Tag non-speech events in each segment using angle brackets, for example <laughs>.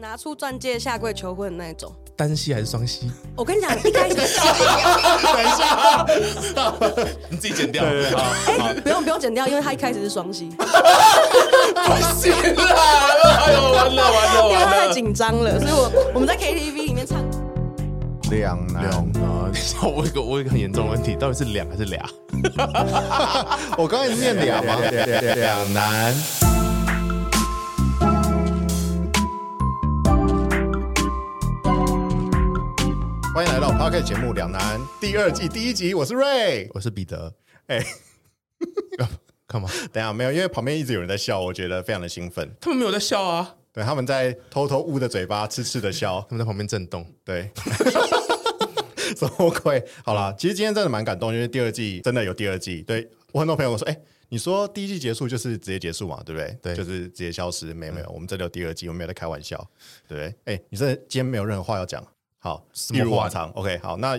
拿出钻戒下跪求婚的那种。单膝还是双膝？我跟你讲，一 <laughs> 开 <laughs> 始等一下，<laughs> 你自己剪掉。对对好，好不用不用剪掉，因为他一开始是双 <laughs> 膝，不行 <laughs> 啦！哎呦，完了完了因为他完太了！紧张了，所以我我们在 KTV 里面唱。两难。啊，等一下我有一个我有一个很严重的问题，到底是两还是俩？我刚才是念俩吗？两难。欢迎来到 p o c k e t 节目《两难》第二季第一集，我是瑞。我是彼得，哎，哦干嘛？等一下没有，因为旁边一直有人在笑，我觉得非常的兴奋。他们没有在笑啊，对，他们在偷偷捂着嘴巴，痴痴的笑。他们在旁边震动。对， <laughs> 什么鬼？好啦，其实今天真的蛮感动，因为第二季真的有第二季。对我很多朋友说，哎、你说第一季结束就是直接结束嘛，对不对？对嗯就是直接消失。没有没有，我们真的有第二季，我没有在开玩笑，对不对？哎、你真的今天没有任何话要讲，好，么一如话往常。OK，好，那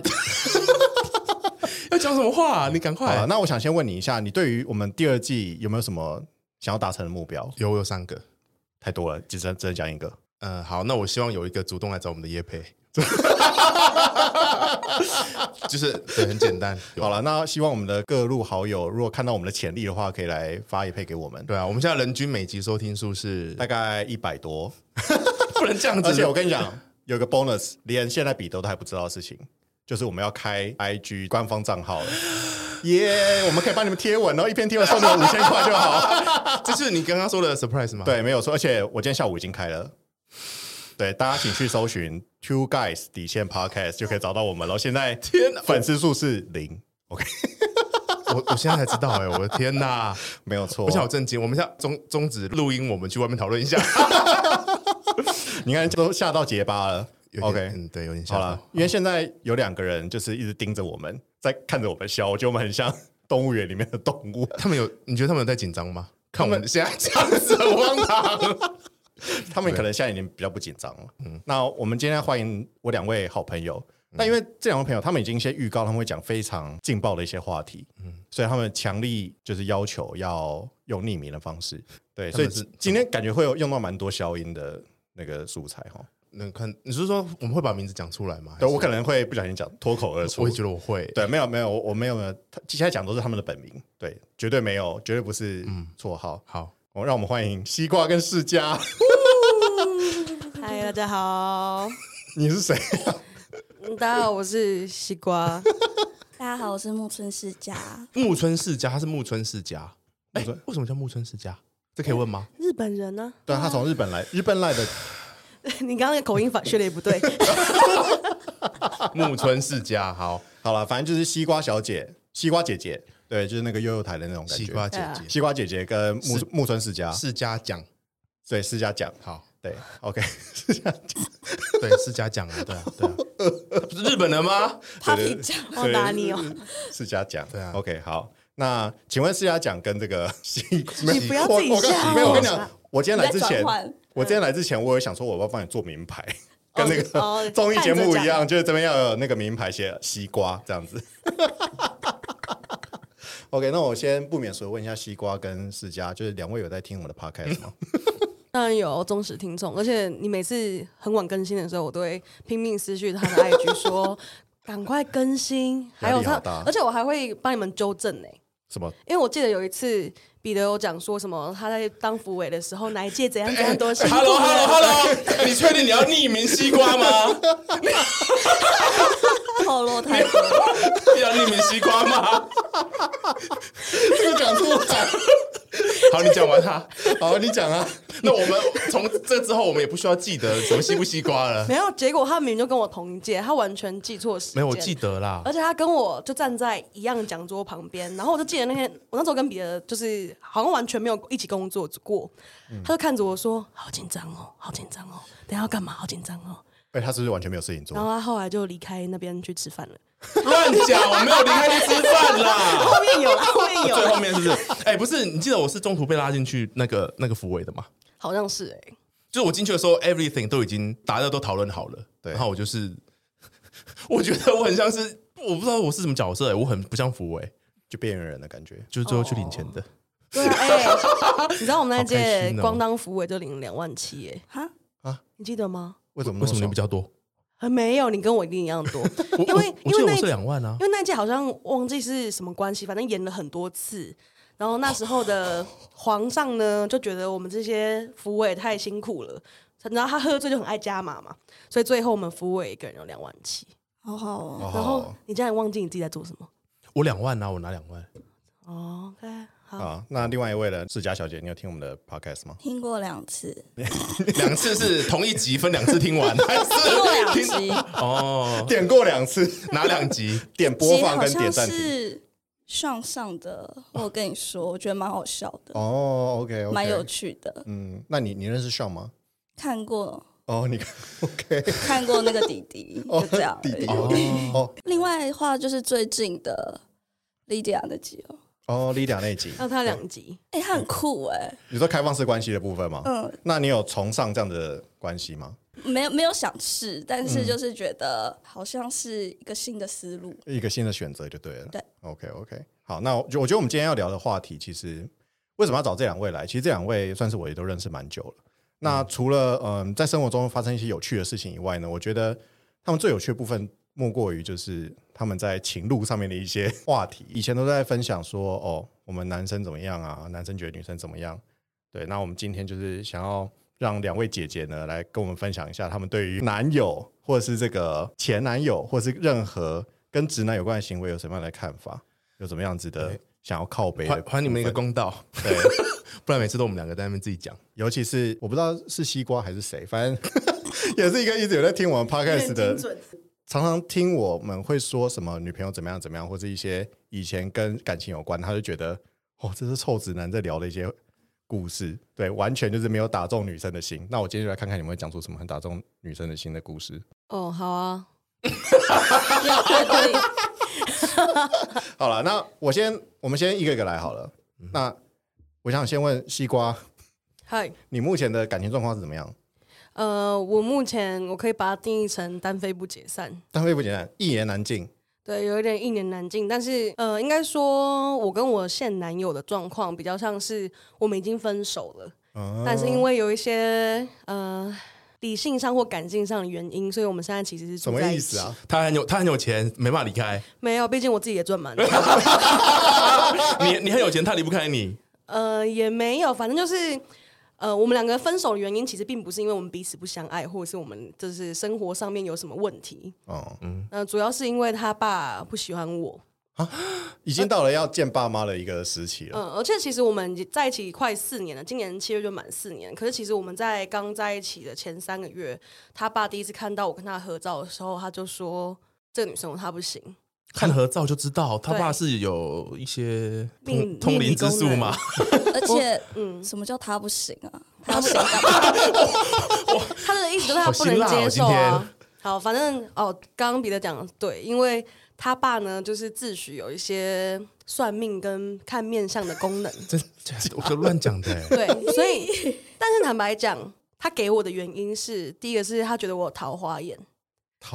要讲什么话啊？你赶好快了，。那我想先问你一下，你对于我们第二季有没有什么想要达成的目标？有我有三个。太多了，只能只能讲一个。呃，好，那我希望有一个主动来找我们的叶佩， <laughs> 就是对，很简单。好了，那希望我们的各路好友，如果看到我们的潜力的话，可以来发一配给我们，对啊，我们现在人均每集收听数是大概一百多。不能这样子。 <laughs> 而且我跟你讲， <laughs> 有个 bonus，连现在彼得都还不知道的事情，就是我们要开 IG 官方账号了。耶、我们可以帮你们贴文，然后一篇贴文送你们五千块就好。 <laughs> 这是你刚刚说的 surprise 吗？，对，没有错，而且我今天下午已经开了。对，大家请去搜寻 Two Guys 底线 Podcast 就可以找到我们了。现在天哪粉丝数是零，我我现在才知道哎、我的天哪！没有错我。想好震惊。我们现在终终止录音，我们去外面讨论一下。你看都吓到结巴了。有点 OK，嗯，对，有点吓好到了，因为现在有两个人就是一直盯着我们，在看着我们笑，我觉得我们很像动物园里面的动物。他们有，你觉得他们有在紧张吗？看我们现在这样子很荒唐。 <laughs> 他们可能现在已经比较不紧张了。嗯，那我们今天欢迎我两位好朋友。嗯那因为这两位朋友，他们已经先预告他们会讲非常劲爆的一些话题，嗯，所以他们强力就是要求要用匿名的方式，对，他所以们是今今天感觉会有用到蛮多消音的那个素材哈。能看，你是说我们会把名字讲出来吗？对我还可能会不小心讲脱口而是啊出，我也觉得我会。对，没有没有，我我没有没有，他接下来讲都是他们的本名，对，绝对没有，绝对不是嗯绰号。好，我、让我们欢迎西瓜跟世嘉，嗨，大家好，你是谁？嗯大家好，我是西瓜。 <laughs> 大家好，我是木村世 <laughs> 家。 <laughs> 木村世家，他是木村世家。哎、木村为什么叫木村世家？这可以问 <laughs> 吗？日本人啊呢、哦对啊他从日本来，日本来的 <laughs> 你刚刚的口音反学的也不 <laughs> 对，木村世家，好，好了，反正就是西瓜小姐、西瓜姐姐，对，就是那个悠悠台的那种感觉。啊西瓜姐对姐，西瓜姐姐跟木是木村世家，世家奖，对世家讲，好，对，OK，世家讲，对，世家奖啊，对啊，对啊， <laughs> 他不是日本人吗？他比较我打你哦！世家讲，对啊 o k 好。那请问世家讲跟这个 <laughs> 西，你不要我自己我吓刚我没有，我跟你讲，我今天来之你在前转换，我今天来之前，我有想说我要帮你做名牌，跟那哦个哦综艺节目一看着样，就是这边要有那个名牌写西瓜这样子。OK，那我先不免俗地问一下西瓜跟世家，就是两位有在听我们的 Podcast <laughs> 吗？当然有忠实听众，而且你每次很晚更新的时候，我都会拼命私讯他的 IG 说赶快更新，还有压他力好大，而且我还会帮你们纠正呢、什么？因为我记得有一次彼得有讲说什么他在当副委的时候哪一届怎样怎样多 <laughs> 辛苦、 Hello <laughs> Hello <laughs> Hello，你确定你要匿名西瓜吗？哦透露太多，你 <laughs> 要匿名西瓜吗？这个讲出来。好，你讲完他，好，你讲啊。那我们从这之后，我们也不需要记得什么西不西瓜了。没有，结果他明明就跟我同一届，他完全记错时间。没有，我记得啦而。且他跟我就站在一样讲桌旁边，然后我就记得那天我那时候跟别的就是好像完全没有一起工作过，嗯他就看着我说：“好紧张哦，好紧张哦，等一下要干嘛？好紧张哦。哎、他是不是完全没有事情”然做？后他后来就离开那边去吃饭了。乱讲，我没有离开去吃饭啦。 <laughs> 后面有啦，后面 <laughs> 有最后啦，面是不是？哎、不是，你记得我是中途被拉进去那个那个抚慰的吗？好像是哎、就是我进去的时候，everything 都已经大家都讨论好了，对然后我就是， <laughs> 我觉得我很像是，我不知道我是什么角色、哎我很不像福伟，就边缘人的感觉。就是最后去领钱的。对啊，哎、你知道我们那好开届心哦光当副委就领两万七哎、哈，你记得吗？为什么那为什么你爽比较多？啊，没有，你跟我一定一样多，我因为我我因记为得那我是两万啊因，为那一届好像忘记是什么关系，反正演了很多次。然后那时候的皇上呢，就觉得我们这些福委太辛苦了，然后他喝醉就很爱加码嘛，所以最后我们福委一个人有两万七。好好哦，然后你竟然忘记你自己在做什么我两万啊，我拿两万。哦？OK，好，啊？那另外一位呢？世佳小姐，你有听我们的 podcast 吗？听过两 <laughs> 次，两次是同一集分两次听完，还 <laughs> 听过是两集，哦点过两次，哪两集？点播集放好跟点像暂停。是上上的，我跟你说，我觉得蛮好笑的，哦，OK，蛮有。趣的。嗯，那你你认识 Sean 吗？看过哦，你看 OK，看过那个弟弟，就这样弟弟而已 <laughs> 哦哦另外的话就是最近的 Lydia 的集哦，哦，Lydia 那一集，让他两集。哎、他哦很酷哎、你说开放式关系的部分吗？嗯，那你有崇尚这样的关系吗？没有没有想试，但嗯是就是觉得好像是一个新的思 <laughs> 路。一个新的选择就对了。对，OK OK，好，那我就我觉得我们今天要聊的话题，其实为什么要找这两位来？其实这两位算是我也都认识蛮久了。那除了嗯、在生活中发生一些有趣的事情以外呢，我觉得他们最有趣的部分，莫过于就是他们在情路上面的一些话题。以前都在分享说，哦，我们男生怎么样啊？男生觉得女生怎么样？对，那我们今天就是想要让两位姐姐呢来跟我们分享一下，她们对于男友或者是这个前男友，或者是任何跟直男有关的行为有什么样的看法，有什么样子的想要靠背的还还你们一个部分公道，对，不然每次都我们两个在那边自己讲。尤其是我不知道是西瓜还是谁，反正 <laughs> 也是一个一直有在听我们 podcast 的，常常听我们会说什么女朋友怎么样怎么样，或者一些以前跟感情有关，他就觉得哦，这是臭直男在聊的一些故事，对，完全就是没有打中女生的心。那我今天就来看看你们会讲出什么很打中女生的心的故事。哦，好 <laughs> 啊，可以 <laughs> 好了，那我先我们先一个一个来好了。嗯那我想先问西瓜，嗨，你目前的感情状况是怎么样？呃，我目前我可以把它定义成单飞不解散。单飞不简单，一言难尽。对，有一点一言难尽，但是呃，应该说，我跟我现男友的状况比较像是我们已经分手了，啊但是因为有一些呃理性上或感性上的原因，所以我们现在其实是什住么在一意起思啊？？他很有，他很有钱，没办法 <laughs> 离开。没有，毕竟我自己也赚蛮多，你你很有钱，他离不开你。 <laughs> 呃，也没有，反正就是。呃，我们两个分手的原因其实并不是因为我们彼此不相爱，或者是我们就是生活上面有什么问题。哦，呃，主要是因为他爸不喜欢我，已经到了要见爸妈的一个时期了。嗯，而且其实我们在一起快四年了，今年七月就满四年。可是其实我们在刚在一起的前三个月，他爸第一次看到我跟他合照的时候，他就说这个女生我他不行。看合照就知道，他对爸是有一些通命通命灵理之术功能嘛。而且，哦嗯什么叫他不行啊？他行干嘛？他的意思就是他不能接受啊。好，反正哦，刚刚彼得讲的对，因为他爸呢就是自诩有一些算命跟看面相的功能，真假的我就乱讲的、 <laughs> 欸。对，所以但是坦白讲，他给我的原因是，第一个是他觉得我有桃花眼。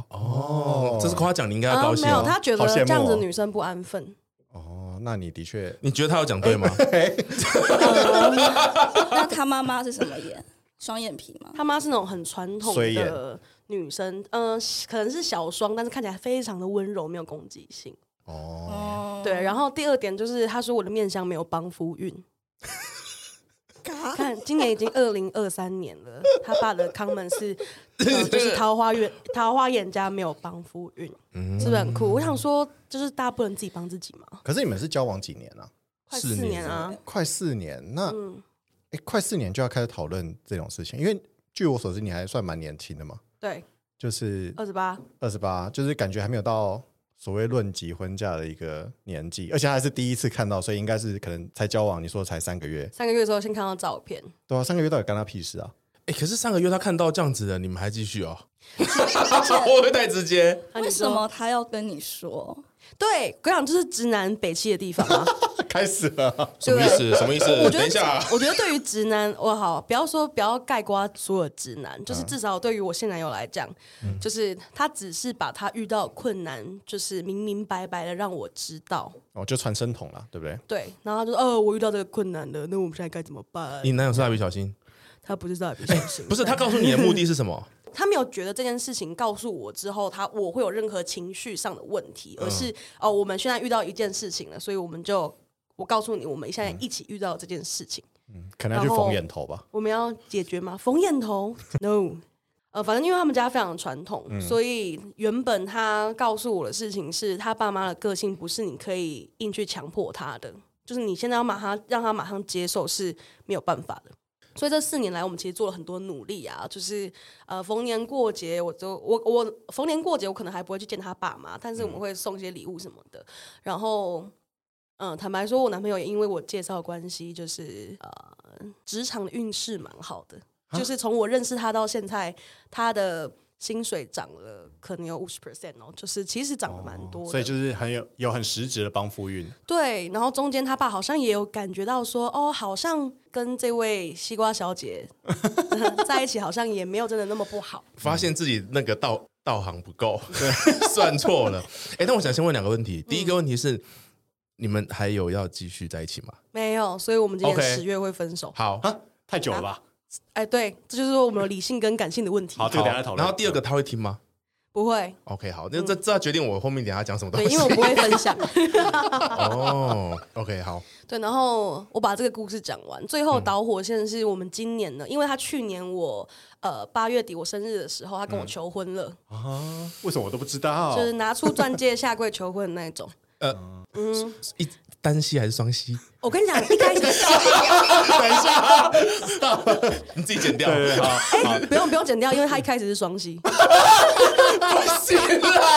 哦，这是夸奖，你应该要啊高，兴、没有，哦。他觉好得羡慕哦这样子女生不安分。哦，那你的确你觉得他有讲 <laughs> 对吗？那他妈妈是什么眼？双眼皮吗？他妈是那种很传统的衰眼女生，嗯、可能是小双，但是看起来非常的温柔，没有攻击性。哦，哦，对，然后第二点就是他说我的面相没有帮夫 <laughs> 运。看，今年已经二零二三年 <laughs> 了，他爸的康门是、呃就是桃花运，桃花眼加没有帮夫运，是不是很酷？我想说，就是大家不能自己帮自己嘛，可是你们是交往几年啊？嗯快四四年年啊，嗯快四年，那哎，快四年就要开始讨论这种事情，因为据我所知，你还算蛮年轻的嘛，对，就是二十八，二十八，就是感觉还没有到所谓论及婚嫁的一个年纪，而且还是第一次看到，所以应该是可能才交往，你说才三个月，三个月之后先看到照片，对啊，三个月到底干他 <laughs> 屁事啊？哎、可是上个月他看到这样子的，你们还继续哦？而且我 <laughs> 会太直接。啊为你什说么他要跟你说？对，我想就是直男北气的地方 <laughs> 啊。开始了，什么意思？什么意思？我觉等得一下啊，， <laughs> 我觉得对于直男，我好不要说不要盖瓜所有直男，嗯就是至少对于我现男友来讲，就是他只是把他遇到的困难，就是明明白白的让我知道，哦，就传声筒了，对不对？哦对，然后他就说，呃，我遇到这个困难了，那我们现在该怎么办？你男友是蜡笔小新，他不知道也不小心。不是他告诉你的目的是什么？他没有觉得这件事情告诉我之后，他我会有任何情绪上的问题，而是、哦，我们现在遇到一件事情了，所以我们就我告诉你，我们现在一起遇到这件事情，可能要去缝眼头吧。我们要解决吗？ <laughs> 缝眼头？No。呃，反正因为他们家非常传统，所以原本他告诉我的事情是他爸妈的个性不是你可以硬去强迫他的，就是你现在要马上让他马上接受是没有办法的。所以这四年来，我们其实做了很多努力啊，就是呃，逢年过节，我就我我逢年过节，我可能还不会去见他爸妈，但是嗯我们会送一些礼物什么的。然后，嗯、坦白说，我男朋友也因为我介绍的关系，就是呃，职场的运势蛮好的，啊就是从我认识他到现在，他的薪水涨了可能有五十 percent 哦，就是其实涨了蛮多的、哦所以就是很有有很实质的帮夫运，对，然后中间他爸好像也有感觉到说，哦，好像跟这位西瓜小姐 <laughs> 在一起，好像也没有真的那么不好。发现自己那个道道行不够， <laughs> 算错了。哎，但我想先问两个问题。第一个问题是，你们还有要继续在一起吗？没有，所以我们今年 OK 十月会分手。好，啊太久了吧？哎，对，这就是我们有理性跟感性的问题。好这个等一下讨论嗯然后第二个他会听吗不会， ？OK，好，那这这要决定我后面等一下讲什么东对，西因为。我不会分享。哦，OK，好，对，然后我把这个故事讲完。最后导火线是我们今年呢，因为他去年我呃八月底我生日的时候，他跟我求婚了，啊，为什么我都不知道？就是拿出钻戒下跪求婚的那一种。一单膝还是双膝？我跟你讲，一开始你自己剪掉。 <laughs> 对好，好不用不用剪掉，因为他一开始是双膝，是啦，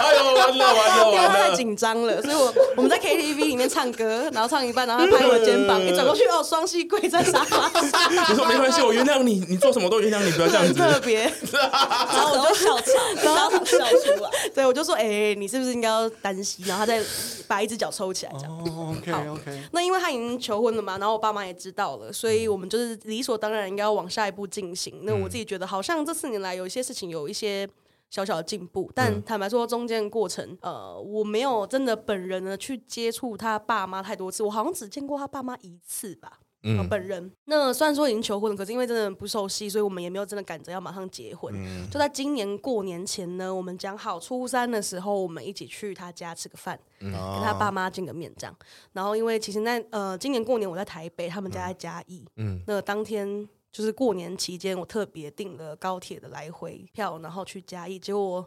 哎呦，完了啊完了因为完他 <laughs> 太了！紧张了，所以我我们在 KTV 里面唱歌，然后唱一半，然后他拍我的肩膀，一转过去哦，双膝跪在沙发上，你说没关系，我原谅你，你做什么都原谅你，不要这样 <laughs> 很特子。别。然后哦我就笑场， <laughs> 然后他笑出来。对，我就说，哎、你是不是应该要单膝？然后他再把一只脚抽起来这样。 ，OK OK，那因为他已经求婚了嘛，然后我爸妈也知道了，所以我们就是理所当然应该要往下一步进行。那我自己觉得，好像这四年来有一些事情有一些小小的进步，但坦白说，中间过程，呃，我没有真的本人呢去接触他爸妈太多次，我好像只见过他爸妈一次吧。嗯、本人那虽然说已经求婚了，可是因为真的不熟悉，所以我们也没有真的赶着要马上结婚。就在今年过年前呢，我们讲好初三的时候，我们一起去他家吃个饭，跟他爸妈见个面这样。然后因为其实那呃，今年过年我在台北，他们家在嘉义，嗯，那当天就是过年期间，我特别订了高铁的来回票，然后去嘉义，结果我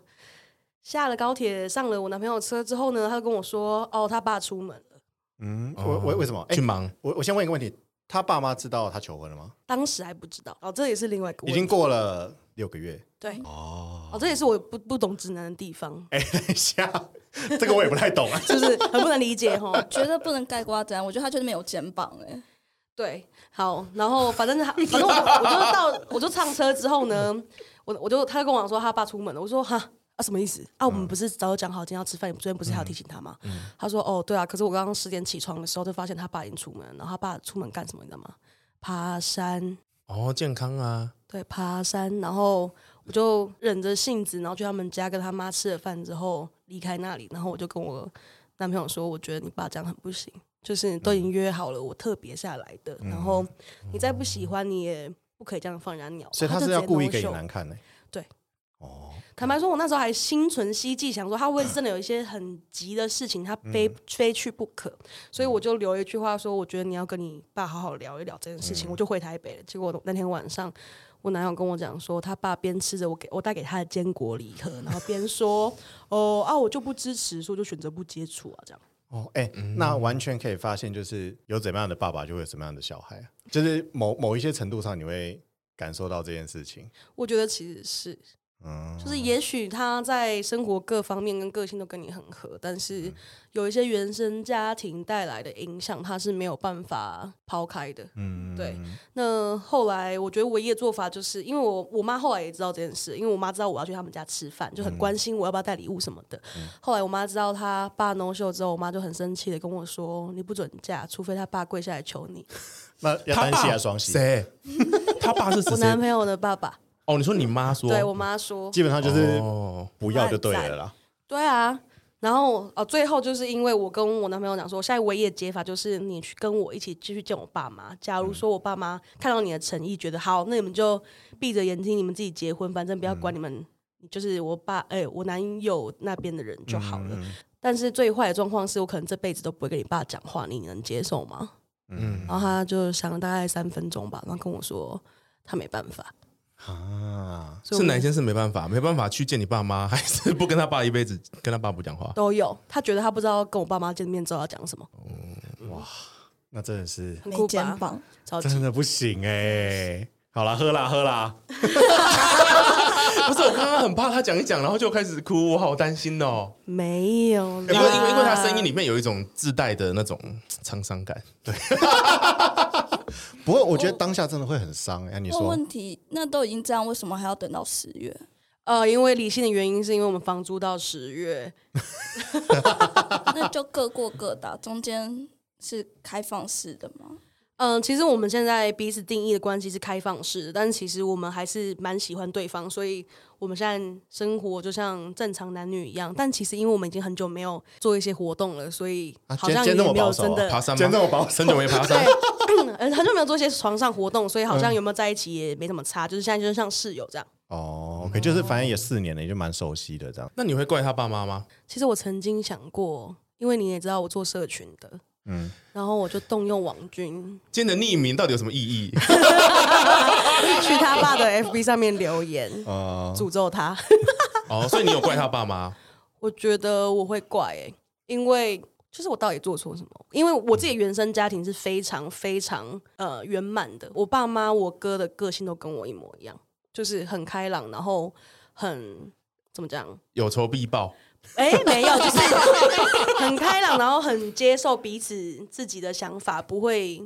下了高铁，上了我男朋友的车之后呢，他就跟我说，哦，他爸出门了，嗯，我我为什么？哎去，忙，我我先问一个问题，他爸妈知道他求婚了吗？当时还不知道，哦，这也是另外一个已问经题，过了六个月，对，哦，这也是我不不懂直男的地方，哎，等一下，这个我也不太懂啊。是不是很不能理解哈？觉得不能盖瓜子啊，我觉得他就是没有肩膀哎、对，好，然后反正他，反正我就我就到，我就上车之后呢，我我就他就跟我讲说他爸出门了，我说哈啊什么意思啊？我们不是早就讲好今天要吃饭，你昨天不是还要提醒他吗？他说哦对啊，可是我刚刚十点起床的时候就发现他爸已经出门了，然后他爸出门干什么你知道吗？爬山，哦，健康啊，对，爬山，然后我就忍着性子，然后去他们家跟他妈吃了饭之后离开那里，然后我就跟我男朋友说，我觉得你爸这样很不行，就是都嗯已经约好了，我特别下来的，然后你再不喜欢你也不可以这样放人家鸟吧， <laughs> 所以他就是要直接故意 no 给你 show 难看呢。坦白说，我那时候还心存希冀，想说他会不会真的有一些很急的事情，他非、非去不可，所以我就留一句话说，我觉得你要跟你爸好好聊一聊这件事情，我就回台北了。结果那天晚上，我男友跟我讲说，他爸边吃着我给我带给他的坚果礼盒，然后边说，哦啊，我就不支持，所以我就选择不接触啊，这样。哦，哎、那完全可以发现，就是有怎么样的爸爸，就会有怎么样的小孩啊，就是某某一些程度上，你会感受到这件事情。嗯我觉得其实是，就是也许他在生活各方面跟个性都跟你很合，但嗯是有一些原生家庭带来的影响，他是没有办法抛开的。嗯，对，那后来我觉得唯一的做法就是，因为我我妈后来也知道这件事，因为我妈知道我要去他们家吃饭，嗯就很关心我要不要带礼物什么的。后来我妈知道她爸 no 秀之后，我妈就很生气的跟我说：“你不准嫁，除非他爸跪下来求你。那要他单爸膝还是双膝？谁？他爸是” <laughs> 指 <laughs> 我谁男？朋友的爸爸哦，你说你妈说？对我妈说基本上就是哦，不要就对了啦。对啊，然后呃，最后就是因为我跟我男朋友讲说，现在唯一的解法就是你去跟我一起继续见我爸妈。假嗯如说我爸妈看到你的诚意，觉得好，那你们就闭着眼睛，你们自己结婚，反正不要嗯管你们，就是我爸哎、我男友那边的人就好嗯了。但是最坏的状况是我可能这辈子都不会跟你爸讲话，你能接受吗？嗯，然后他就想了大概三分钟吧，然后跟我说他没办法。啊，所以是我哪一件事没办法？没办法去见你爸妈，还是不跟他爸一辈子跟他爸不讲话？都有，他觉得他不知道跟我爸妈见面之后要讲什么，那真的是很酷没肩吧？膀，超级真的不行哎、好啦，喝啦，喝啦，啊不是，我刚刚很怕他讲一讲，然后就开始哭，我好担心哦。没有因为因为因为他声音音里面有一种自带的那种沧桑感，不过我觉得当下真的会很伤哎、你问说问题，那都已经这样，为什么还要等到十 <laughs> 月？呃，因为理性的原因是因为我们房租到十月，那就各过各的啊、中间是开放式的吗？嗯、其实我们现在彼此定义的关系是开放式的，但是其实我们还是蛮喜欢对方，所以我们现在生活就像正常男女一样。但其实因为我们已经很久没有做一些活动了，所以啊好今像天今天那也么没有保守啊真的、爬山真的吗？我把我很久没爬山，对， <clears throat> 呃很久没有做一些床上活动，所以好像有没有在一起也没怎么差，就是现在就是像室友这样。哦，OK，就是反正也四年了，也就蛮熟悉的这样。那你会怪他爸妈吗？其实我曾经想过，因为你也知道我做社群的，嗯，然后我就动用网军今天的匿名到底有什 <laughs> 么意义？去他爸的 FB 上面留言，呃，诅咒他。 <laughs> 哦，所以你有怪他爸妈？我觉得我会怪、欸，因为就是我到底做错什么？因为我自己原生家庭是非常非常呃圆满的，我爸妈、我哥的个性都跟我一模一样，就是很开朗，然后很怎么讲？有仇必报，哎、没有，就是 <laughs> 很开朗，然后很接受彼此自己的想法，不会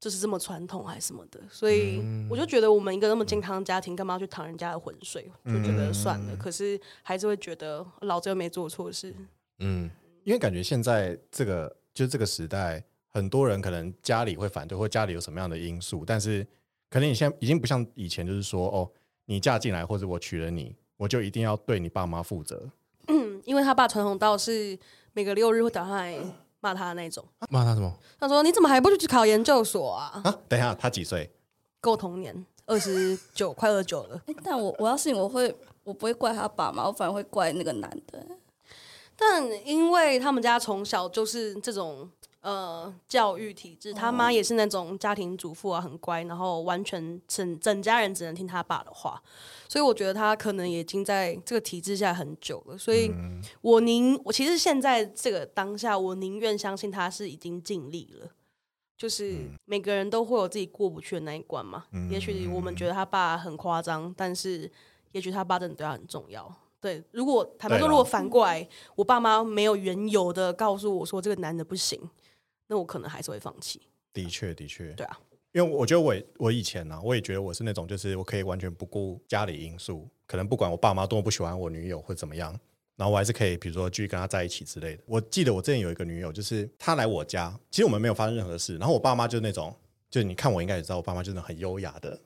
就是这么传统还是什么的。所以我就觉得我们一个那么健康的家庭，干嘛要去淌人家的浑水？就觉得算了。可是还是会觉得老子又没做错事。嗯，因为感觉现在这个就是这个时代，很多人可能家里会反对，或家里有什么样的因素，但是可能你现在已经不像以前，就是说哦，你嫁进来或者我娶了你，我就一定要对你爸妈负责。因为他爸传统到是每个六日会打电话来骂他的那种。骂他什么？他说：“你怎么还不去考研究所啊啊，等一下，他几岁？？”跟我同年，二十九，快二九了。哎、但我我要是你，我会我不会怪他爸妈，我反而会怪那个男的、但因为他们家从小就是这种呃教育体制，他妈也是那种家庭主妇啊，很乖，然后完全整整家人只能听他爸的话，所以我觉得他可能已经在这个体制下很久了。所以我宁我其实现在这个当下，我宁愿相信他是已经尽力了。就是每个人都会有自己过不去的那一关嘛。也许我们觉得他爸很夸张，但是也许他爸真的对他很重要。对，如果坦白对说，啦如果反过来，我爸妈没有缘由的告诉我说这个男的不行，那我可能还是会放弃。的确，的确，对啊，因为我觉得我也我以前呢、啊我也觉得我是那种就是我可以完全不顾家里因素，可能不管我爸妈多么不喜欢我女友或怎么样，然后我还是可以比如说继续跟她在一起之类的。我记得我之前有一个女友，就是她来我家，其实我们没有发生任何事，然后我爸妈就是那种，就是你看我应该也知道，我爸妈就是那种很优雅的，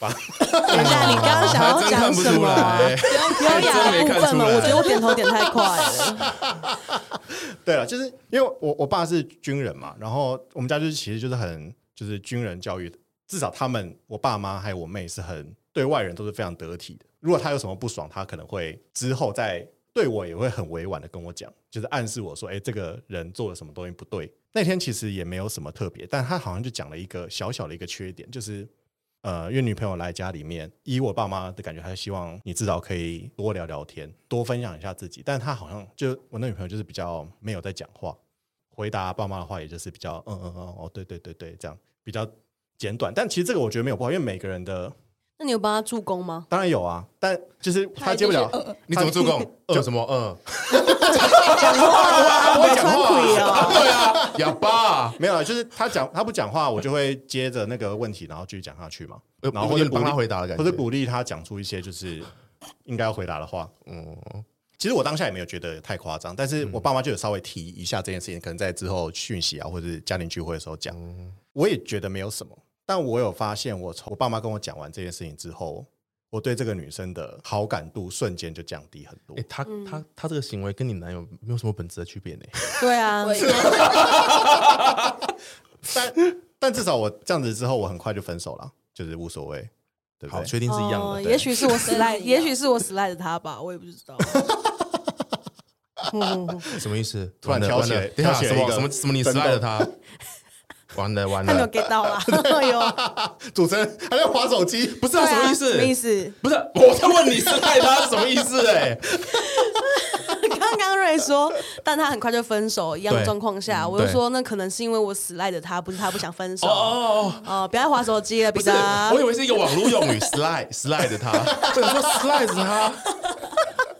等一下，你刚刚想要真讲看不什出么啊？来，哎优雅的部分嘛，我觉 <laughs> 得我点头点太快了。 <laughs> 对了，就是因为我我爸是军人嘛，然后我们家就是其实就是很就是军人教育，至少他们我爸妈还有我妹是很对外人都是非常得体的。如果他有什么不爽，他可能会之后再对我也会很委婉的跟我讲，就是暗示我说，哎、这个人做了什么东西不对。那天其实也没有什么特别，但他好像就讲了一个小小的一个缺点，就是呃，因为女朋友来家里面，以我爸妈的感觉，他希望你至少可以多聊聊天，多分享一下自己。但他好像就我那女朋友就是比较没有在讲话，回答爸妈的话也就是比较嗯嗯嗯哦对对对对这样比较简短。但其实这个我觉得没有不好，因为每个人的 <laughs> 那你有帮他助攻吗？当然有啊，但就是哦他接不哎了，呃你怎么 <laughs> 助攻？呃，什么呃？不啊会穿腿哦。对啊，哑巴， <laughs> 没有啊，就是他讲他不讲话，我就会接着那个问题，然后继续讲下去嘛，然后或呃有点者帮他回答的感觉或者鼓励他讲出一些就是应该要回答的话。嗯，其实我当下也没有觉得太夸张，但是我爸妈就有稍微提一下这件事情，可能在之后讯息啊，或者是家庭聚会的时候讲。我也觉得没有什么，但我有发现我，从我爸妈跟我讲完这件事情之后，我对这个女生的好感度瞬间就降低很多哎、。他嗯他他这个行为跟你男友没有什么本质的区别呢。对啊，我也是但但至少我这样子之后，我很快就分手了，就是无所谓，对不好，对？确定是一样的。哦对也许是我真 slide，的一样也许是我 slide 的他吧，我也不知 <laughs> 道。嗯什么意思？突然完了挑起完了挑起等了一下一个什么什么什么？你争失斗爱了他？ <laughs> 完了完他没有了！ get 到啦， <laughs> 哎呦， <laughs> 主持人还在划手机，不是啊，什么意对啊什么意思？思？不是，我在问你失爱他是什么意 <laughs> 思？哎，刚刚瑞说，但他很快就分手，一样的对状况下，我就说那可能是因为我死赖着他，不是他不想分手。哦哦，哦哦，不啊要再划手机了，彼不是得。，我以为是一个网络用语，slide slide 的他，我想说 slide 着他，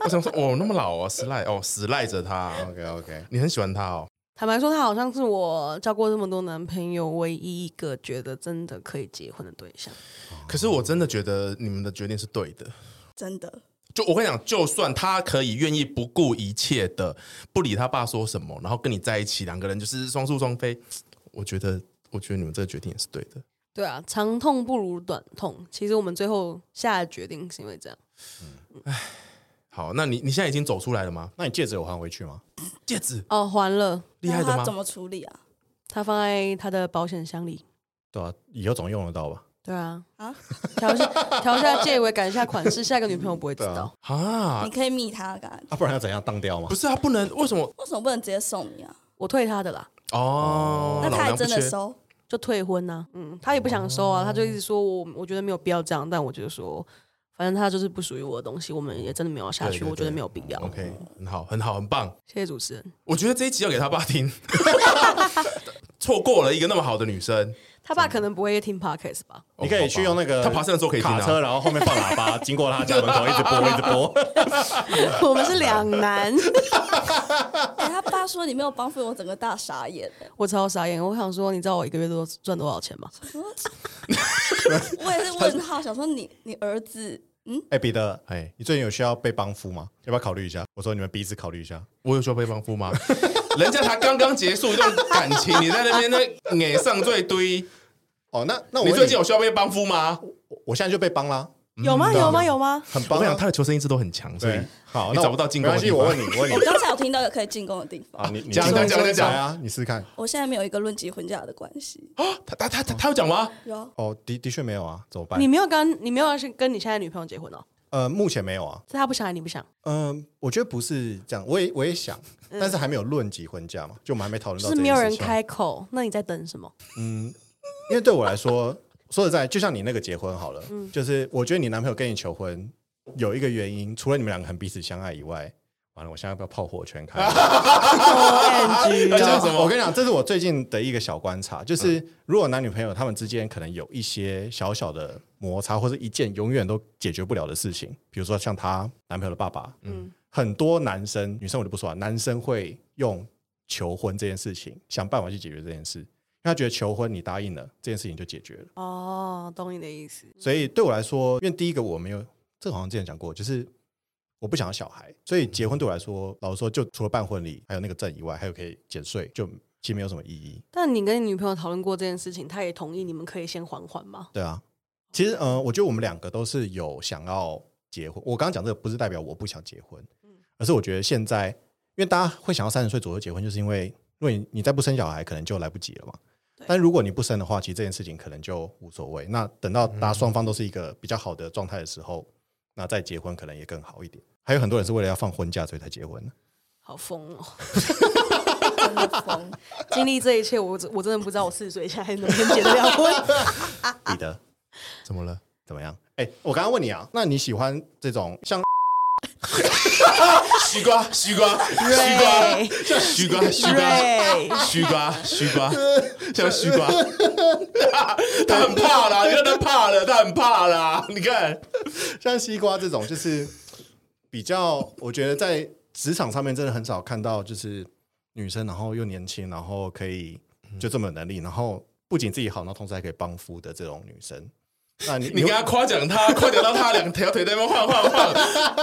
我想说哦那么老哦 slide 哦 slide 着他， OK OK，你很喜欢他哦，坦白说，他好像是我交过这么多男朋友唯一一个觉得真的可以结婚的对象。可是我真的觉得你们的决定是对的。真的，就我跟你讲，就算他可以愿意不顾一切的不理他爸说什么，然后跟你在一起，两个人就是双宿双飞，我觉得，我觉得你们这个决定也是对的。对啊，长痛不如短痛。其实我们最后下的决定是因为这样。好，那你你现在已经走出来了吗？那你戒指有还回去吗？戒指哦，还了，厉害的那他怎吗？么处理啊？他放在他的保险箱里。对啊，以后总用得到吧？对啊，啊，调一下调一下戒尾，改一下款式，下一个女朋友不会知道。啊你，可以密他干嘛？啊，不然要怎样当掉吗不？是啊，不能为什么？为什么不能直接送你啊？我退他的啦。哦，那他老还娘不真的缺收？就退婚呐、嗯，他也不想收啊，他就一直说我我觉得没有必要这样，但我觉得说，反正他就是不属于我的东西，我们也真的没有要下去，对对我觉得没有必要。 OK，很好，很好，很棒。谢谢主持人，我觉得这一集要给他爸 <laughs> 听，错过了一个那么好的女生。他爸可能不会听 podcast <laughs> 吧？你可以去用那个他爬山的时候可以听卡啊车，。然后后面放喇 <laughs> 叭，经过他家门口一直播一直播。我们是两难， <laughs> 哎，他爸说你没有帮扶我，整个大傻眼。欸我超傻眼，我想说，你知道我一个月都赚多少钱吗？ <laughs> 我也是问号，想说你你儿子，嗯， <laughs> 哎，彼得，哎，你最近有需要被帮夫吗？要不要考虑一下？我说你们彼此考虑一下。我有需要被帮夫吗？人家才刚刚结束一段感情，你在那边那 <laughs> 脸上最堆。哦，那那我你问最近有需要被帮夫吗？我我现在就被帮啦，嗯有吗？对啊有吗？有吗？很我帮啊。想他的求生意志都很强，所以对，好，你那我找不到进没攻的关系，地我方。问你，我问你我刚才有听到有可以进攻的地啊，方。你你讲试讲试讲看讲来啊，你试试看。我现在没有一个论及婚嫁的关系，他他他他他有讲吗？有啊哦，的的确没有啊，怎么办你？没有跟你没有要去跟你现在的女朋友结婚哦？呃，目前没有啊。是他不想，你不想？嗯，我觉得不是这样，我也我也想，但是还没有论及婚嫁嘛，就我们还没讨嗯论就到是这件没有事人啊情开口，那你在等什 <laughs> 么？因为对我来说，说实在，就像你那个结婚好了，就是我觉得你男朋友跟你求婚有一个原因，除了你们两个很彼此相爱以外，完了，我现在要不要炮火全开？ <laughs> ？Oh, 他 <laughs> 讲什我么？跟你讲，这是我最近的一个小观察，就是如果男女朋友他们之间可能有一些小小的摩擦，或者一件永远都解决不了的事情，比如说像她男朋友的爸爸，嗯，很多男生女生我就不说啊，男生会用求婚这件事情想办法去解决这件事，因为他觉得求婚你答应了，这件事情就解决了。哦，懂你的意思。所以对我来说，因为第一个我没有，这个好像之前讲过，就是我不想要小孩，所以结婚对我来说，老实说，就除了办婚礼，还有那个证以外，还有可以减税，就其实没有什么意义。但你跟你女朋友讨论过这件事情，她也同意你们可以先缓缓吗？对啊，其实呃，我觉得我们两个都是有想要结婚。我刚刚讲这个不是代表我不想结婚，而是我觉得现在，因为大家会想要三十岁左右结婚，就是因为如果你你再不生小孩，可能就来不及了嘛。但如果你不生的话，其实这件事情可能就无所谓。那等到嗯大家双方都是一个比较好的状态的时候，那再结婚可能也更好一点。还有很多人是为了要放婚假所以才结婚的。好疯哦！真的疯。经历这一切，我我真的不知道我四十岁现在能不能结 <laughs> 得了婚。彼得怎么了？怎么样？哎、我刚刚问你啊，那你喜欢这种像西 <laughs> 瓜西瓜西瓜瑞西瓜西瓜。瑞，虚瓜，虚瓜， <laughs> 像虚 <laughs> 瓜，他很怕啦，你看他怕了，他很怕啦，你看，像西瓜这种，就是比较，我觉得在职场上面真的很少看到，就是女生然后又年轻，然后可以就这么有能力，然后不仅自己好，然后同时还可以帮夫的这种女生。那你你跟他夸奖他，夸奖到他两条腿在那边晃晃 <laughs> 晃，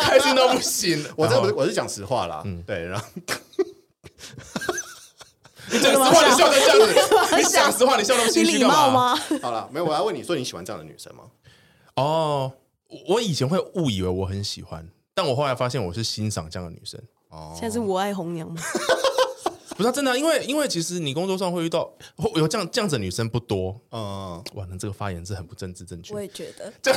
开心到不行。我这然不是后我是讲实话啦，对，然后你讲实话，你笑成这样子，你讲实话，你笑那么你心虚礼干貌嘛？哦吗？好了，没有，我要问你说你喜欢这样的女生吗？哦，我我以前会误以为我很喜欢，但我后来发现我是欣赏这样的女生。现在是我爱红娘吗？不是、啊、真的啊、因为因为其实你工作上会遇到会有这样这样子的女生不多。嗯，哇，那这个发言是很不政治正确我。也觉得，这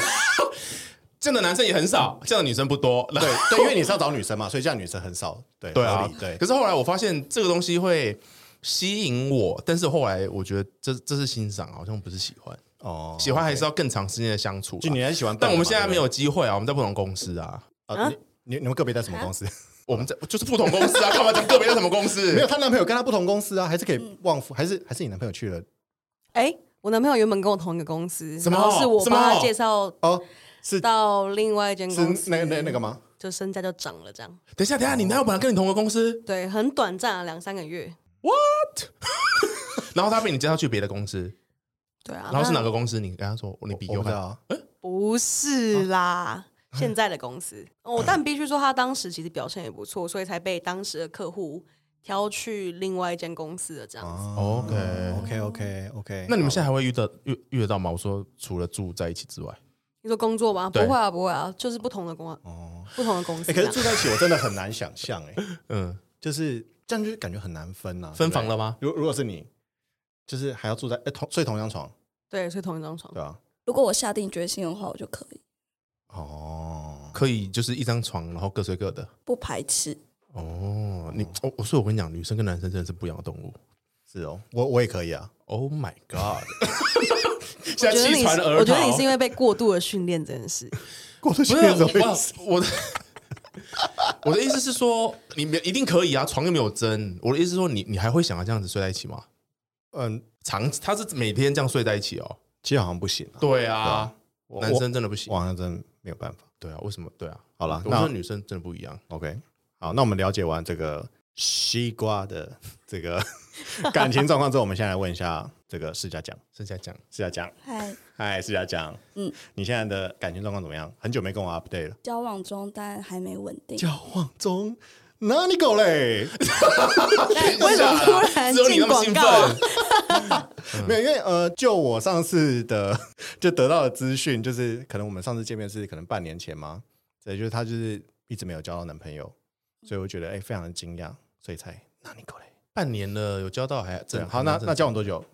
样的男生也很少，这样的女生不多。 <laughs> 对对，因为你是要找女生嘛，所以这样女生很少。对对合啊理，对可，是后来我发现这个东西会吸引我，但是后来我觉得这这是欣赏，好像不是喜欢。哦喜欢还是要更长时间的相处啦。啊就你很喜欢笨的嘛，但我们现在没有对机会啊，我们在不同公司啊，不对啊。你你啊你们个别在什么公司？我们在就是不同公司啊，干嘛讲个别在什么公司？ <laughs> 没有，她男朋友跟她不同公司啊，还是可以旺夫，还是还是你男朋友去了？哎、我男朋友原本跟我同一个公司，什么然后是我什么帮他介绍哦，是到另外一间公司，是那那那个吗？就身价就涨了这样。等一下，等一下，你男友本来跟你同个公司，对，很短暂啊，两三个月。然后他被你介绍去别的公司，对啊，然后是那哪个公司？你跟他说你比我给不知看道，啊，不是啦，现在的公司。哦，但必须说他当时其实表现也不错，所以才被当时的客户挑去另外一间公司的这样哦子。哦 OK OK OK OK，那你们现在还会遇到遇遇得到吗？我说除了住在一起之外，你说工作吧，不对会啊，不会啊，就是不同的公哦不同的公啊司这哎，可是样。住在一起我真的很难想象哎，嗯，就是这样，就是感觉很难分呐。分房对不了吗？对？如如果是你，就是还要住在哎同睡同张床，对，睡同一张床啊对。吧？如果我下定决心的话，我就可以哦，可以就是一张床，然后各睡各的。不排斥。哦，你哦，所以我跟你讲，女生跟男生真的是不一样的动物。是哦，我我也可以啊。 Oh my god！我 <laughs> 现觉得你弃船是，而逃。我觉得你是因为被过度的训练这件 <laughs> 事。 <laughs> 过得不去是啊那种我我的我的 <laughs> 意思是说，你们一定可以啊，床又没有针。我的意思是说，你你还会想要这样子睡在一起吗？嗯，长他是每天这样睡在一起哦。其实好像不行啊。对啊，我男生真的不行我。好像真的没有办法。对啊，为什么？对啊，好啦我那说女生真的不一样。 OK，好，那我们了解完这个西瓜的这个感情状况之后，我们现在来问一下这个世家讲，剩下讲，世家讲，嗨，嗨，世家讲，嗯嗯，你现在的感情状况怎么样？很久没跟我 update 了，交往中但还没稳定，交往中。哪里狗嘞？为什么突然啊只有你进那么广兴告啊？奋。没有，因为呃，就我上次的 <laughs> 就得到的资讯，就是可能我们上次见面是可能半年前嘛，所以就是她就是一直没有交到男朋友，所以我觉得哎、非常的惊讶，所以才哪里狗嘞？半年了，有交到还对，啊真好，那那交往多多久？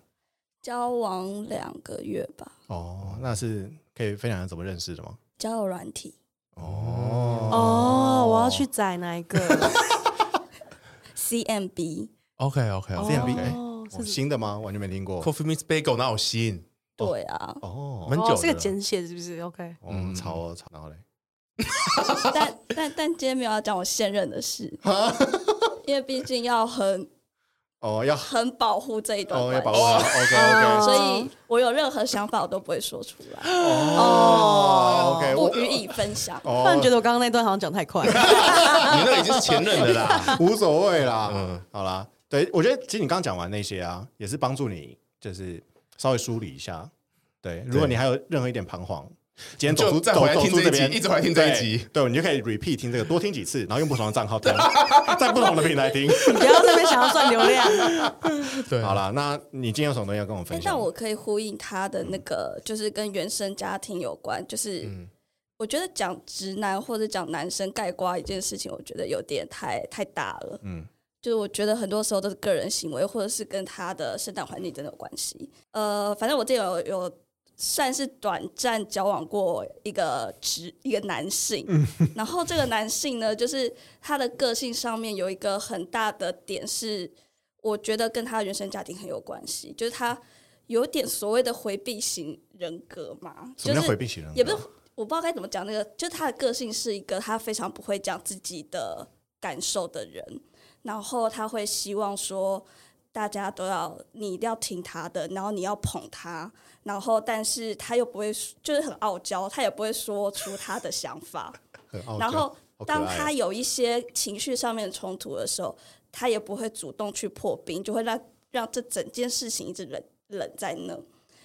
交往两个月吧，哦，那是可以分享怎么认识的吗？交友软体哦哦，我要去宰哪一 <laughs> 个？ CMB， ？OK OK 哦 OK。样比哎是新的吗？完全没听过。 Coffee meets bagel 哪有新？对啊，哦，蛮久哦，的是个简写是不是？OK，嗯，吵哦吵，然后嘞，但 <laughs> 但但今天没有要讲我现任的事，啊 <laughs> 因为毕竟要很哦要很保护这一段哦要关系，把握 OK 哦 OK 所以我有任何想法我都不会说出 <laughs> 来，哦哦 OK 不哎我予以分享。 <laughs> 突然觉哦得我刚刚那段好像讲太快。你那个已经是前任的 <laughs> 啦。无所谓啦，嗯好啦，对我觉得其实你刚刚讲完那些啊，也是帮助你就是稍微梳理一下。对，如果你还有任何一点彷徨，今天走就出再回来走听走出这一集边一直回来听这一对集对，你就可以 repeat 听这个，多听几次，然后用不同的账号听， <laughs> 在不同的平台听。你不要这边想要赚流量，对，好啦，那你今天有什么东西要跟我哎分享但吗？我可以呼应他的那个，就是跟原生家庭有关，就是。嗯我觉得讲直男或者讲男生盖瓜一件事情，我觉得有点太太大了。嗯嗯，就是我觉得很多时候都是个人行为，或者是跟他的生长环境真的有关系。呃，反正我这有有算是短暂交往过一个直一个男性，嗯 <laughs> 然后这个男性呢，就是他的个性上面有一个很大的点是，我觉得跟他的原生家庭很有关系，就是他有点所谓的回避型人格嘛，什就么是叫回避型人格？也不是我不知道该怎么讲那个，就是他的个性是一个他非常不会讲自己的感受的人，然后他会希望说大家都要你一定要听他的，然后你要捧他，然后但是他又不会就是很傲娇，他也不会说出他的想法，很傲娇，然后好可爱当哦他有一些情绪上面的冲突的时候，他也不会主动去破冰，就会让让这整件事情一直冷冷在那。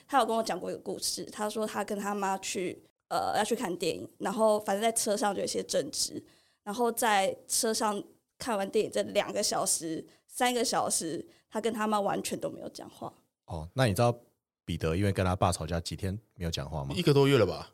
他有跟我讲过一个故事，他说他跟他妈去呃要去看电影，然后反正在车上就有一些争执，然后在车上看完电影这两个小时、三个小时，他跟他妈完全都没有讲话。哦，那你知道彼得因为跟他爸吵架几天没有讲话吗一？个多月了吧？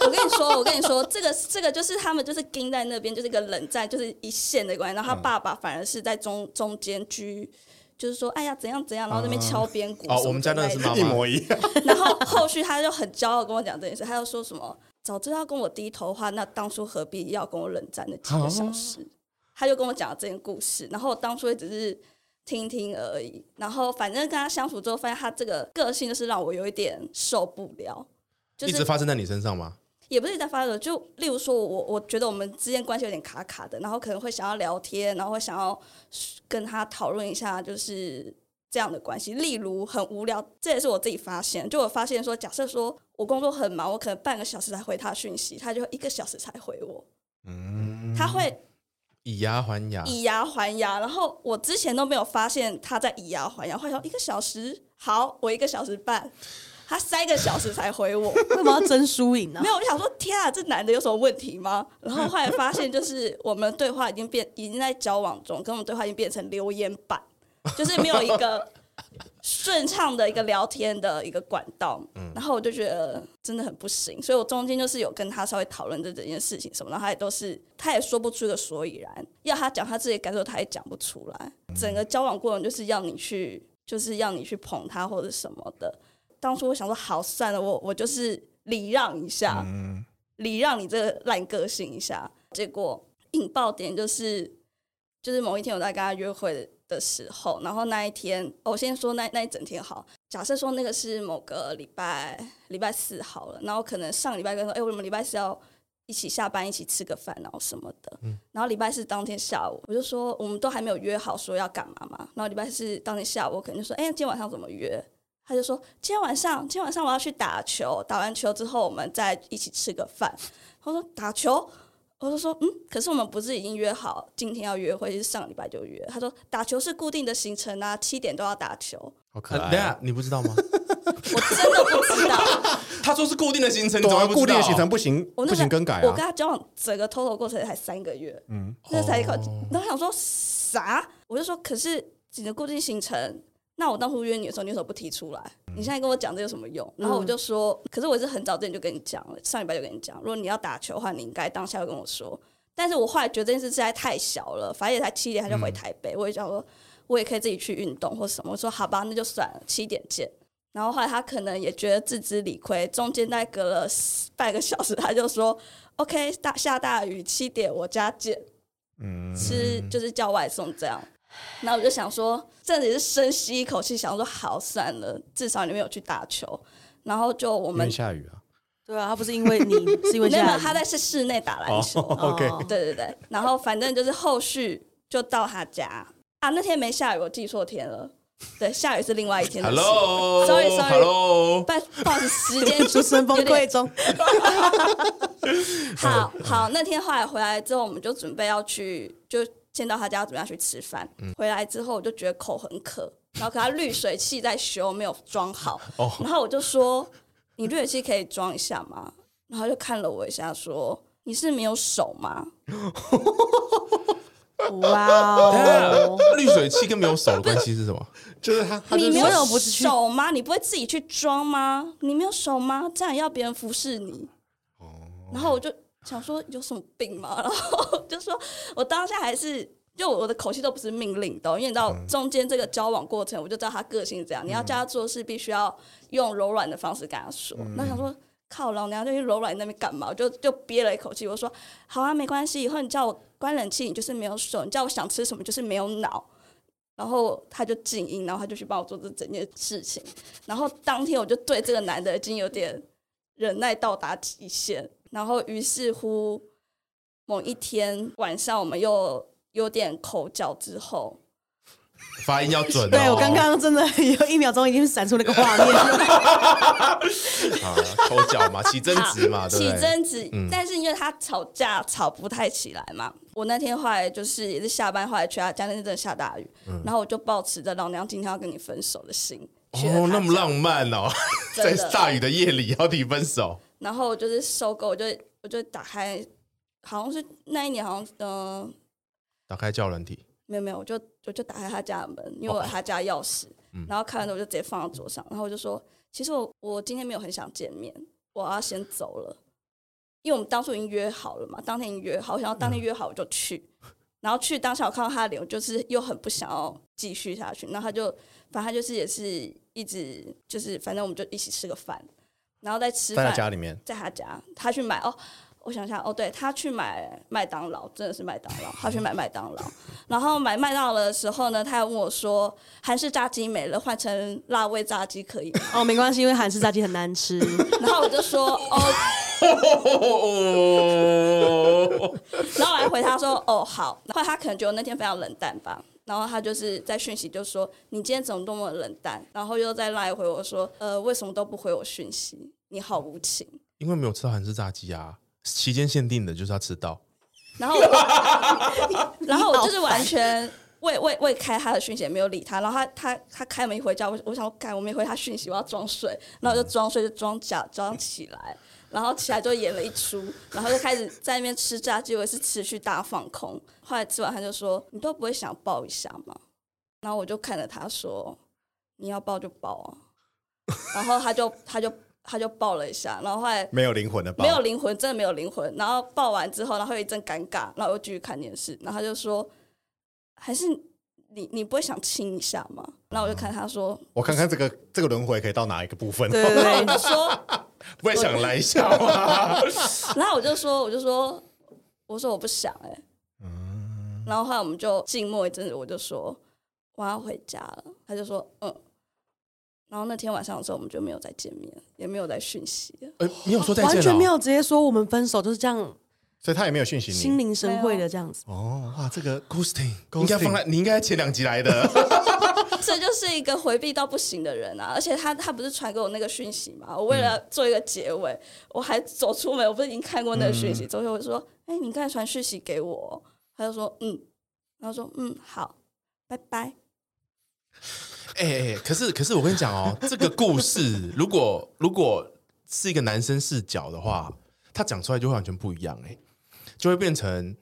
我跟你说，说，我跟你说，这个这个就是他们就是盯在那边，就是一个冷战，就是一线的关系。然后嗯他爸爸反而是在中中间居，就是说，哎呀怎样怎样，然后那边敲边鼓。哦我们家那个是妈妈一模一样。 <laughs> 然后后续他就很骄傲地跟我讲这件事，他就说什么早知道跟我低头的话，那当初何必要跟我冷战那几个啊小时？他就跟我讲了这件故事，然后我当初也只是听听而已。然后反正跟他相处之后，发现他这个个性就是让我有一点受不了，就一直是发生在你身上吗？也不是一直在发抖，就例如说我我觉得我们之间关系有点卡卡的，然后可能会想要聊天，然后会想要跟他讨论一下，就是这样的关系。例如很无聊，这也是我自己发现，就我发现说，假设说我工作很忙，我可能半个小时才回他讯息，他就一个小时才回我，嗯，他会以牙还牙，以牙还牙，然后我之前都没有发现他在以牙还牙，会说一个小时，好，我一个小时半，他三个小时才回我。 <laughs> 为什么要争输赢呢没？有，我就想说，天啊，这男的有什么问题吗？然后后来发现，就是我们对话已经变，已经在交往中，跟我们对话已经变成留言板，就是没有一个顺畅的一个聊天的一个管道。然后我就觉得真的很不行，所以我中间就是有跟他稍微讨论这整件事情什么，然后他也都是，他也说不出个所以然，要他讲他自己的感受，他也讲不出来。整个交往过程就是要你去，就是要你去捧他或者什么的。当初我想说，好算了，我我就是礼让一下，礼让你这个烂个性一下。结果引爆点就是，就是某一天我在跟他约会的时候，然后那一天，哦我先说那那一整天好，假设说那个是某个礼拜礼拜四好了，然后可能上礼拜跟他说，哎、我们礼拜四要。一起下班，一起吃个饭，然后什么的。然后礼拜四当天下午，我就说我们都还没有约好说要干嘛嘛。然后礼拜四当天下午，我可能就说，哎、今天晚上怎么约？他就说今天晚上，今天晚上我要去打球，打完球之后我们再一起吃个饭。他说打球，我就说嗯，可是我们不是已经约好今天要约会，是上礼拜就约。他说打球是固定的行程啊，七点都要打球。好可呃爱等啊。一下你不知 <laughs> 道吗？我真的不知道，他说是固定的行程，你对怎么啊，会不知道固定的行程不行，我那不时候行更改我啊跟。他交往整个 total 过程才三个月，嗯，那才一个哦，然后我想说啥？我就说，可是你的固定行程，那我当初约你的时候，你为什么不提出来？嗯你现在跟我讲这有什么用？然后我就说，可是我是很早之前就跟你讲了，上礼拜就跟你讲，如果你要打球的话，你应该当下就跟我说。但是我后来觉得这件事实在太小了，反正也才七点他就嗯回台北，我也想说，我也可以自己去运动或什么。我说好吧，那就算了，七点见。然后后来他可能也觉得自知理亏，中间大概隔了半个小时，他就说 <laughs> OK，大下大雨，七点我家见。嗯吃就是叫外送这样。然后我就想说，这也是深吸一口气，想说好算了，至少你们有去打球。然后就我因们为下雨 <laughs> 啊。对啊，他不是因为你，是因为没下有没有雨他在是室内打篮哦球， ，OK，哦对对对。然后反正就是后续就到他家啊，那天没下雨，我记错天了。对，下雨是另外一天的事。Sorry, sorry Hello，Hello，不不好意思，时 <laughs> 间主持人崩有点溃中，好好，那天后来回来之后，我们就准备要去，就先到他家，准备要去吃饭。回来之后，我就觉得口很渴，然后可他滤水器在修，没有装好。然后我就说：“你滤水器可以装一下吗？”然后他就看了我一下，说：“你是没有手吗哇 <laughs> 哦！滤水器跟没有手的关系是什么？ <laughs> 就是他，？”他你没为什么有不是去手吗？你不会自己去装吗？你没有手吗？这样也要别人服侍你？然后我就想说有什么病吗？然后就说我当下还是就我的口气都不是命令的哦，因为你知道中间这个交往过程，我就知道他个性是这样。你要叫他做事，必须要用柔软的方式跟他说。那想说。靠，老娘就去柔软那边干嘛？我就就憋了一口气，我说好啊，没关系，以后你叫我关冷气，你就是没有手；你叫我想吃什么，就是没有脑。然后他就静音，然后他就去帮我做这整件事情。然后当天我就对这个男的已经有点忍耐到达极限，然后于是乎某一天晚上我们又有点口角之后，发音要准哦。对我刚刚真的 <laughs> 有一秒钟已经闪出那个画面了，啊口角嘛，起争执 <laughs> 嘛，对嗯啊起不对？争执，但是因为他吵架吵不太起来嘛，我那天后来就是也是下班后来去他家，那天真的下大雨，嗯然后我就抱持着老娘今天要跟你分手的心去了哦，他那么家浪漫哦，在真的大雨的夜里要提分手，然后我就是收购，我就我就打开，好像是那一年，好像嗯、呃打开叫人 <laughs> 体，没有没有，我就我就打开他家的门，因为我有他家钥匙，嗯然后看完之后我就直接放到桌上，然后我就说，其实我我今天没有很想见面，我要先走了。因为我们当初已经约好了嘛，当天已经约好，然后当嗯天约好我就去，然后去当下我看到他的脸，我就是又很不想要继续下去，然后他就反正他就是也是一直就是反正我们就一起吃个饭，然后在吃在饭他家里面，在他家，他去买哦，我想想哦，对他去买麦当劳，真的是麦当劳，他去买麦当劳，然后买麦当劳的时候呢，他还问我说，韩式炸鸡没了，换成辣味炸鸡可以吗？<laughs> <laughs> 哦，没关系，因为韩式炸鸡很难 <laughs> 吃。然后我就说哦，哦，然后我还回他说哦好，然后他可能觉得我那天非常冷淡吧。然后他就是在讯息就说你今天怎么那么冷淡，然后又再赖回我说呃为什么都不回我讯息，你好无情。因为没有吃到韩式炸鸡啊，期间限定的就是要吃到。然后我，然后我就是完全未未未开他的讯息，也没有理他。然后他他他开门一回家，我我想说，干我没回他讯息，我要装睡，然后我就装睡，就装假装起来，然后起来就演了一出，然后就开始在那边吃炸鸡，我也是持续大放空。后来吃完他就说：“你都不会想抱一下吗？”然后我就看着他说：“你要抱就抱啊。”然后他就他就他就抱了一下，然后后来没有灵魂的吧？没有灵魂，真的没有灵魂。然后抱完之后，然后有一阵尴尬，然后又继续看电视。然后他就说：“还是你你不会想亲一下吗？”然后我就看他说我看看这个这个轮回可以到哪一个部分？ <laughs> 对对：“对我，就说，我也想来一下吗？然后我就说，我就说，我说我不想哎、然后后来我们就静默一阵子，我就说我要回家了。他就说嗯。然后那天晚上的时候，我们就没有再见面，也没有再讯息了。呃，你有说再见、哦、完全没有直接说我们分手，就是这样所以他也没有讯息心你。领神会的这样子。哦，哇，这个 ghosting， Ghosting 应该放在你应该前两集来的。这就是一个回避到不行的人啊！而且他他不是传给我那个讯息嘛？我为了做一个结尾，我还走出门，我不是已经看过那个讯息？走出门我就说：“哎、你刚才传讯息给我哦。”他就说：“嗯。”然后说：“嗯，好，拜拜。哎、哎可是可是我跟你讲哦，这个故事如果如果是一个男生视角的话，他讲出来就会完全不一样哎、就会变成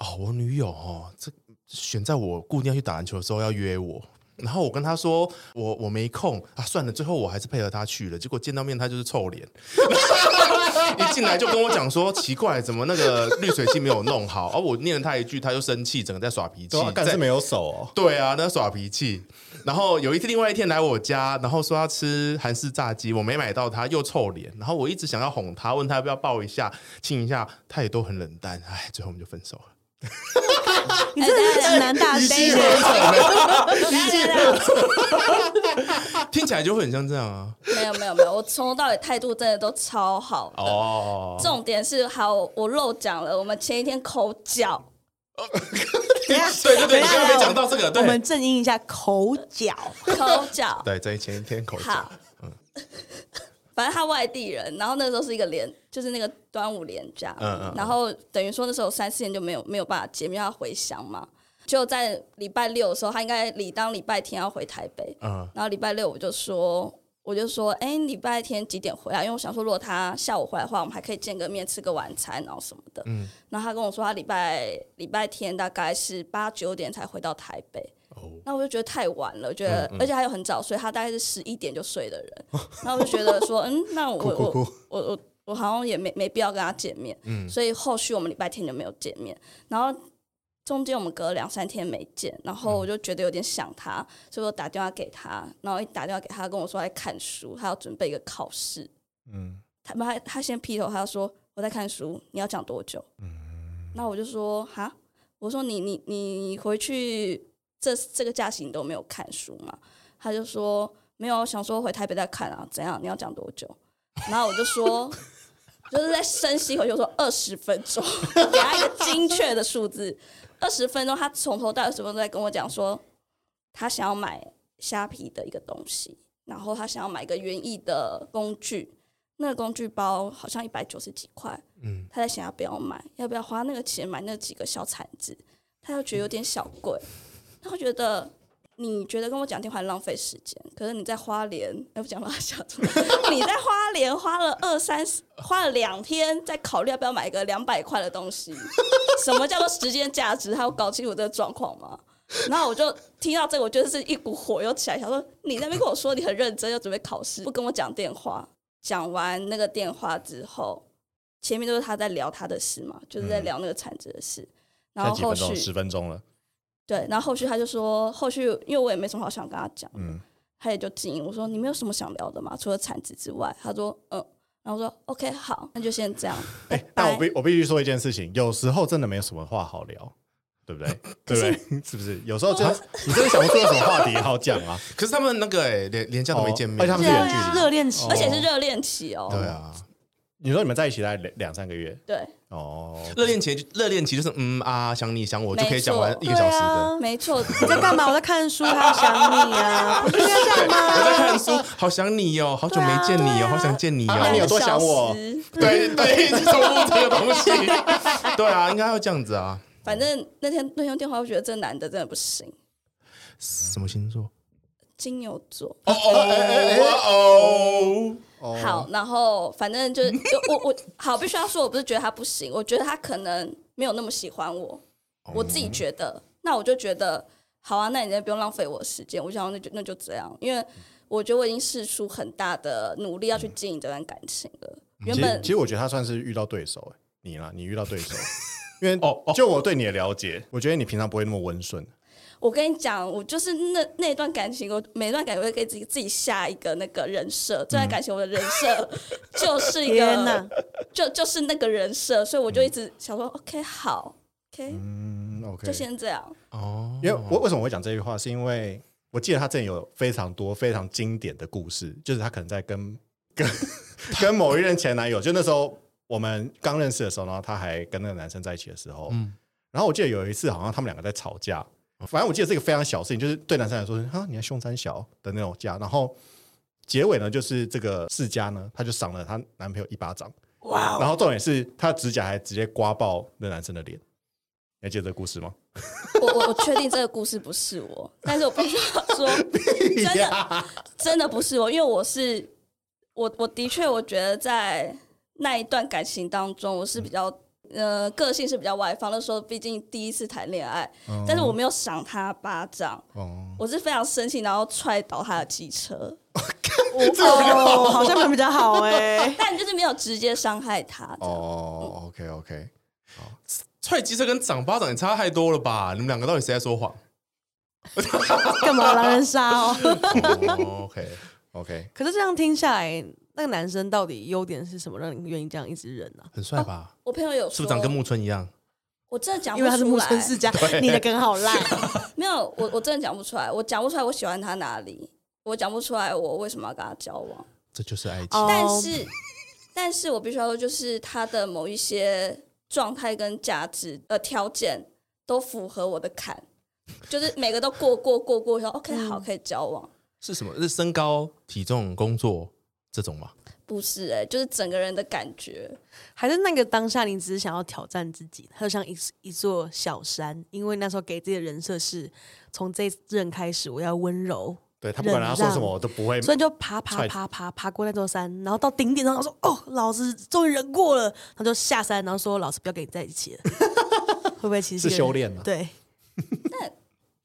哦，我女友哦，这选在我固定要去打篮球的时候要约我。然后我跟他说我我没空啊，算了，最后我还是配合他去了。结果见到面他就是臭脸， <laughs> 一进来就跟我讲说奇怪，怎么那个滤水器没有弄好？而、啊 <laughs> 我念了他一句，他就生气，整个在耍脾气对啊，，但在是没有手哦。对啊，那耍脾气。然后有一天，另外一天来我家，然后说要吃韩式炸鸡，我没买到他，又臭脸。然后我一直想要哄他，问他要不要抱一下、亲一下，他也都很冷淡。哎，最后我们就分手了。你真的是直男大一飞气耶呵成，啊听起来就会很像这样啊。”没有没有没有，我从头到尾态度真的都超好的。哦，重点是，好，我漏讲了，我们前一天口角，对对对，你刚刚没讲到这个，我们对，正音一下口角，口角对，在前一天口嗯罩，，好 <laughs> 反正他外地人，然后那时候是一个连，就是那个端午连假，嗯嗯嗯然后等于说那时候三四天就没有没有办法见面，因为他回乡嘛。就在礼拜六的时候，他应该理当礼拜天要回台北，嗯然后礼拜六我就说，我就说，哎、礼拜天几点回来？因为我想说，如果他下午回来的话，我们还可以见个面，吃个晚餐，然后什么的。嗯然后他跟我说，他礼拜礼拜天大概是八九点才回到台北。哦，嗯那我就觉得太晚了，我觉得，而且他又很早睡，他大概是十一点就睡的人， <laughs> 然后我就觉得说，嗯，那我哭哭我哭我我我好像也没没必要跟他见面，所以后续我们礼拜天就没有见面，然后中间我们隔了两三天没见，然后我就觉得有点想他，所以我打电话给他，然后一打电话给他，他跟我说他在看书，他要准备一个考试，嗯，他他他先劈头，他说我在看书，你要讲多久？那我就说哈，我说你你你回去这这个假期你都没有看书嘛？他就说没有，啊想说回台北再看啊，怎样？你要讲多久？然后我就说，就是在深吸一口气，我说二十分钟，给他一个精确的数字，二十分钟。他从头到二十分钟都在跟我讲说，他想要买虾皮的一个东西，然后他想要买一个园艺的工具，那个工具包好像一百九十几块，嗯他在想要不要买，要不要花那个钱买那几个小铲子，他又觉得有点小贵，他会觉得。你觉得跟我讲电话很浪费时间，可是你在花莲，哎，不讲 <laughs> 把它吓出来。你在花莲花了二三十，花了两天在考虑要不要买一个两百块的东西。什么叫做时间价值？还有搞清楚这个状况吗？然后我就听到这个，我就是一股火又起来，想说你那边跟我说你很认真，要准备考试，不跟我讲电话。讲完那个电话之后，前面都是他在聊他的事嘛，就是在聊那个产值的事，然嗯才后几分钟，后续十分钟了，对，然后后续他就说，后续因为我也没什么好想跟他讲，嗯，他也就静音。我说你没有什么想聊的嘛，除了产值之外，他说嗯，然后我说 OK 好，那就先这样。哎、但我必我必须说一件事情，有时候真的没有什么话好聊，对不对？对不 <laughs> 对？是不是？有时候真的，你真的想不出有什么话题好讲啊？可是他们那个哎，连连家都没见面，哦而且他们是对啊，远距离热恋期，而且是热恋期哦，对啊，你说你们在一起大概两两三个月 <laughs> 对，哦，热恋期热恋期就是嗯啊想你想我就可以讲完没一错个小时的。啊嗯 <laughs> 没错，你在干嘛？我在看书，他想你啊，不是应该这样 <laughs> 我在看吗？书，好想你哦，好久没见你哦，好想见你啊那你有哦。多想我两个小时对哎对， <laughs> 一直重复这个东西。对啊，应该要这样子啊。反正那天那天电话，我觉得这男的真的不行。什么星座？金牛座，哦哎哦哦好，然后反正就是就我我好必须要说，我不是觉得他不行，我觉得他可能没有那么喜欢我，我自己觉得，那我就觉得好啊，那你也不用浪费我的时间，我想那就那就这样，因为我觉得我已经试出很大的努力要去经营这段感情了，原其实本其实我觉得他算是遇到对手、哎，你啦，你遇 <laughs> 到对手，因为哦哦就我对你的了解，我觉得你平常不会那么温顺，我跟你讲，我就是那那段感情，我每段感情我会给自己自己下一个那个人设，这段感情我的人设 <laughs> 就是一天哪个，就就是那个人设，所以我就一直想说、o k 好，OK，嗯，OK，就先这样。哦哦，因为我为什么我会讲这句话，是因为我记得他之前有非常多非常经典的故事，就是他可能在跟跟跟某一任前男友，就那时候我们刚认识的时候，然后他还跟那个男生在一起的时候，嗯然后我记得有一次好像他们两个在吵架，反正我记得是一个非常小的事情，就是对男生来说是啊你还凶三小的那种架，然后结尾呢就是这个世佳呢，她就赏了她男朋友一巴掌，哇哦，然后重点是她指甲还直接刮爆那男生的脸，你还记得这个故事吗？我我我确定这个故事不是我，但是我必须要说，真的 <laughs> 真的不是我，因为我是我我的确我觉得在那一段感情当中，我是比较呃个性是比较外放的，时候毕竟第一次谈恋爱，哦但是我没有赏他巴掌，哦，我是非常生气，然后踹倒他的机 <laughs> 车，哦，好像没有比较好 <laughs> 哎。但就是没有直接伤害他。哦，哦，OK OK，踹哦机车跟掌巴掌也差太多了吧？你们两个到底谁在说谎干嘛狼人杀哦？ ？OK， OK， <laughs> 可是这样听下来，那个男生到底优点是什么，让你愿意这样一直忍啊呢、很帅吧？我朋友有是说不是，长跟木村一样？我真的讲啊？不因为他是出木来，村世 <laughs> 家，你的梗好烂。没有，我我真的讲不出来，我讲不出来我喜欢他哪里，我讲不出来我为什么要跟他交往。这就是爱情哦。但是，但是我必须要说，就是他的某一些状态跟价值呃条件都符合我的坎，就是每个都过过过过，说 OK 好可以交往。是什么？是身高、体重、工作这种吗？不是哎、就是整个人的感觉。还是那个当下，你只是想要挑战自己，它就像一一座小山，因为那时候给自己的人设是从这一任开始，我要温柔，对他不管他说什忍么，让我都不会。所以就爬爬踹爬爬爬过那座山，然后到顶点上，他说：“哦，老子终于忍过了。”他就下山，然后说：“老子不要跟你在一起了。” <laughs> 会不会其实是修炼啊对，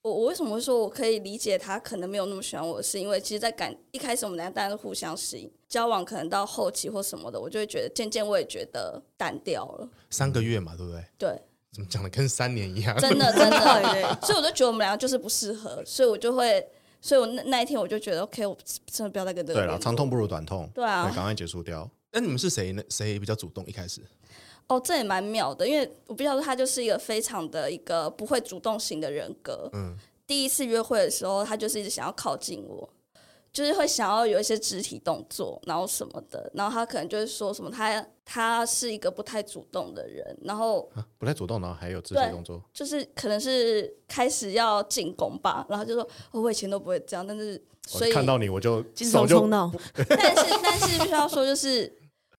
我我为什么会说我可以理解他可能没有那么喜欢我，是因为其实，在感一开始我们俩当然是互相适应，交往可能到后期或什么的，我就会觉得渐渐我也觉得淡掉了。三个月嘛，对不对？ <laughs> 对，怎么讲的跟三年一样？真的真的， <laughs> 对所以我就觉得我们两个就是不适合，所以我就会，所以我那那一天我就觉得，OK，我真的不要再跟这个对人了，联络长痛不如短痛，对啊赶快结束掉。 <laughs> 那你们是谁呢？谁比较主动？一开始哦，这也蛮妙的，因为我必须要说，他就是一个非常的一个不会主动型的人格。嗯第一次约会的时候，他就是一直想要靠近我，就是会想要有一些肢体动作，然后什么的，然后他可能就是说什么他他是一个不太主动的人，然后啊不太主动，然后还有肢体对动作，就是可能是开始要进攻吧，然后就说、哦、我以前都不会这样，但是我所以看到哦你我就精手神就冲闹，但是但是必须要说，就是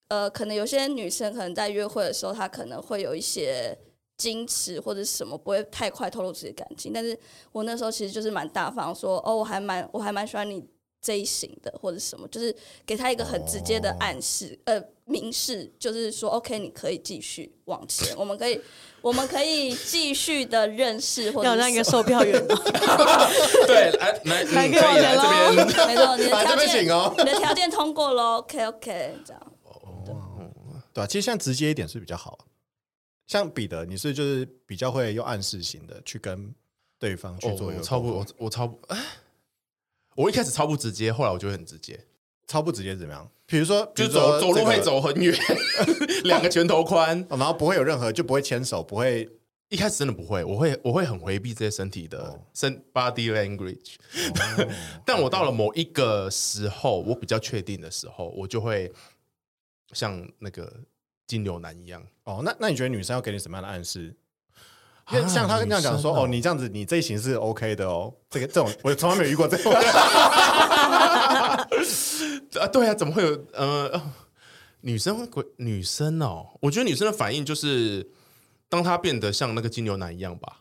呃，可能有些女生可能在约会的时候，她可能会有一些矜持或者什么，不会太快透露自己的感情。但是我那时候其实就是蛮大方说，哦，我还蛮我还蛮喜欢你这一型的，或者什么，就是给她一个很直接的暗示，呃，明示，就是说，OK，你可以继续往前，我们可以我们可以继续的认识，或者要是让一个什售票员哦 <laughs> 对，来来，你来可给我以来钱喽这边。么，没错，你的来这条边件请哦。你的条件通过喽，OK OK，这样。对啊，其实现在直接一点是比较好。像彼得，你是就是比较会用暗示型的去跟对方去哦，做一我个超不，沟我通我超不，哎我一开始超不直接，后来我就会很直接，超不直接是怎么样？比如说，就比如说走走路这个会，走很远， <laughs> 两个拳头宽。哦然后不会有任何就不会牵手，<laughs> 不会一开始真的不会，我会我会很回避这些身体的哦身 body language，但我到了某一个时候，我比较确定的时候，我就会像那个金牛男一样，哦。那那你觉得女生要给你什么样的暗示？因为啊像他那样讲说，女生哦哦，你这样子，你这一型是 OK 的哦。这个这种我从来没有遇过这 <laughs> 种。啊，对啊，怎么会有呃，呃女生会鬼女生哦？我觉得女生的反应就是，当她变得像那个金牛男一样吧。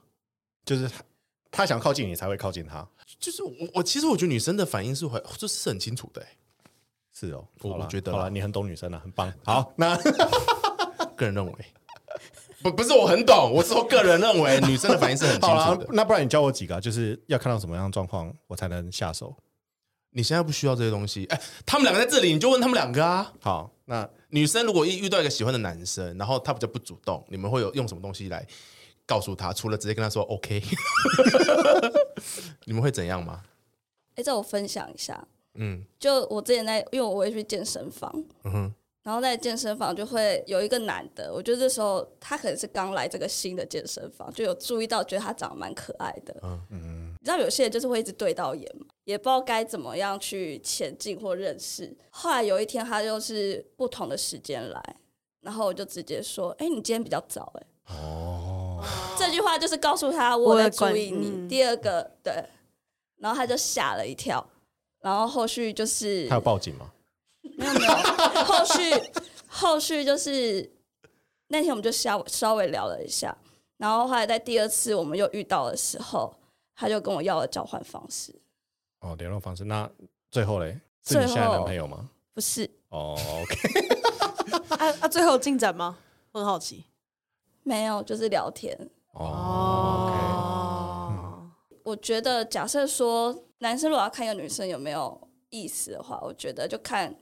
就是他他想靠近你才会靠近他，就是我，我其实我觉得女生的反应是很，这是很清楚的、欸，是哦。我好啦我觉得啦好了，你很懂女生啊了，很棒。好， <laughs> 那个人认为，不不是我很懂，我是说个人认为女生的反应是很清好了楚，的。那不然你教我几个啊，就是要看到什么样的状况我才能下手。你现在不需要这些东西，哎、他们两个在这里，你就问他们两个啊。好，那女生如果一遇到一个喜欢的男生，然后他比较不主动，你们会有用什么东西来告诉他？除了直接跟他说 OK，你们会怎样吗？哎、这我分享一下，嗯就我之前在，因为我会去健身房，嗯哼，然后在健身房就会有一个男的，我觉得这时候他可能是刚来这个新的健身房，就有注意到，觉得他长得蛮可爱的。嗯嗯，你知道有些人就是会一直对到眼嘛，也不知道该怎么样去前进或认识。后来有一天，他就是不同的时间来，然后我就直接说：“哎、你今天比较早哎、哦，这句话就是告诉他我我在有注关意你。嗯第二个对，然后他就吓了一跳，然后后续就是他有报警吗？没有没有，后续后续就是那天我们就稍稍微聊了一下，然后后来在第二次我们又遇到的时候，他就跟我要了交换方式，哦，联络方式。那最后嘞，是你最现在后男朋友吗？不是哦，OK，啊啊！最后有进展吗？我很好奇。没有，就是聊天。哦哦，我觉得假设说男生如果要看一个女生有没有意思的话，我觉得就看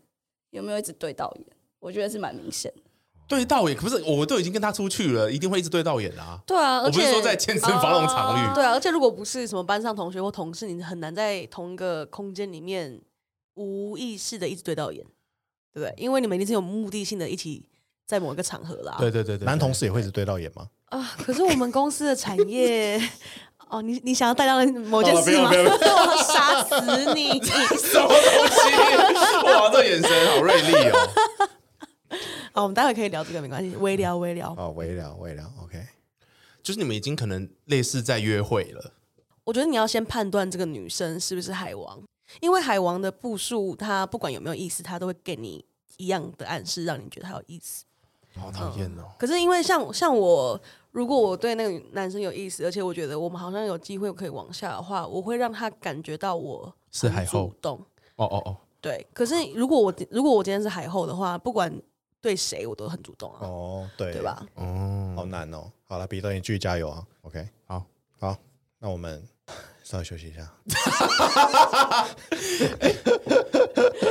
有没有一直对到眼，我觉得是蛮明显的。对到眼，可不是我都已经跟他出去了，一定会一直对到眼啊。对啊，我而不是且说在健身房那种场域，对啊，而且如果不是什么班上同学或同事，你很难在同一个空间里面无意识的一直对到眼，对不对？因为你们一定是有目的性的一起在某一个场合啦。对对对对， <laughs> 男 <laughs> 同事也会一直对到眼吗？啊，可是我们公司的产业，哦，你你想要带到某件好了事吗？不要不 <laughs> 要我要杀死你！ <laughs> 什么东西？哇，这眼神好锐利哦！好，我们待会可以聊这个，没关系，微聊微聊。哦，微聊微聊，OK。就是你们已经可能类似在约会了，我觉得你要先判断这个女生是不是海王，因为海王的步数，他不管有没有意思，他都会给你一样的暗示，让你觉得他有意思。好讨厌哦！可是因为像像我，如果我对那个男生有意思，而且我觉得我们好像有机会可以往下的话，我会让他感觉到我是很海后主动。哦哦哦，对，可是如果我如果我今天是海后的话，不管对谁我都很主动啊，哦，对，对？吧？ <laughs> 好难哦。好了，彼得，你继续加油啊，OK。好，好，那我们稍微休息一下。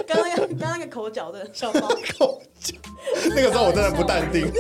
刚刚那个刚刚那个口角的小猫，那个时候我真的不淡定。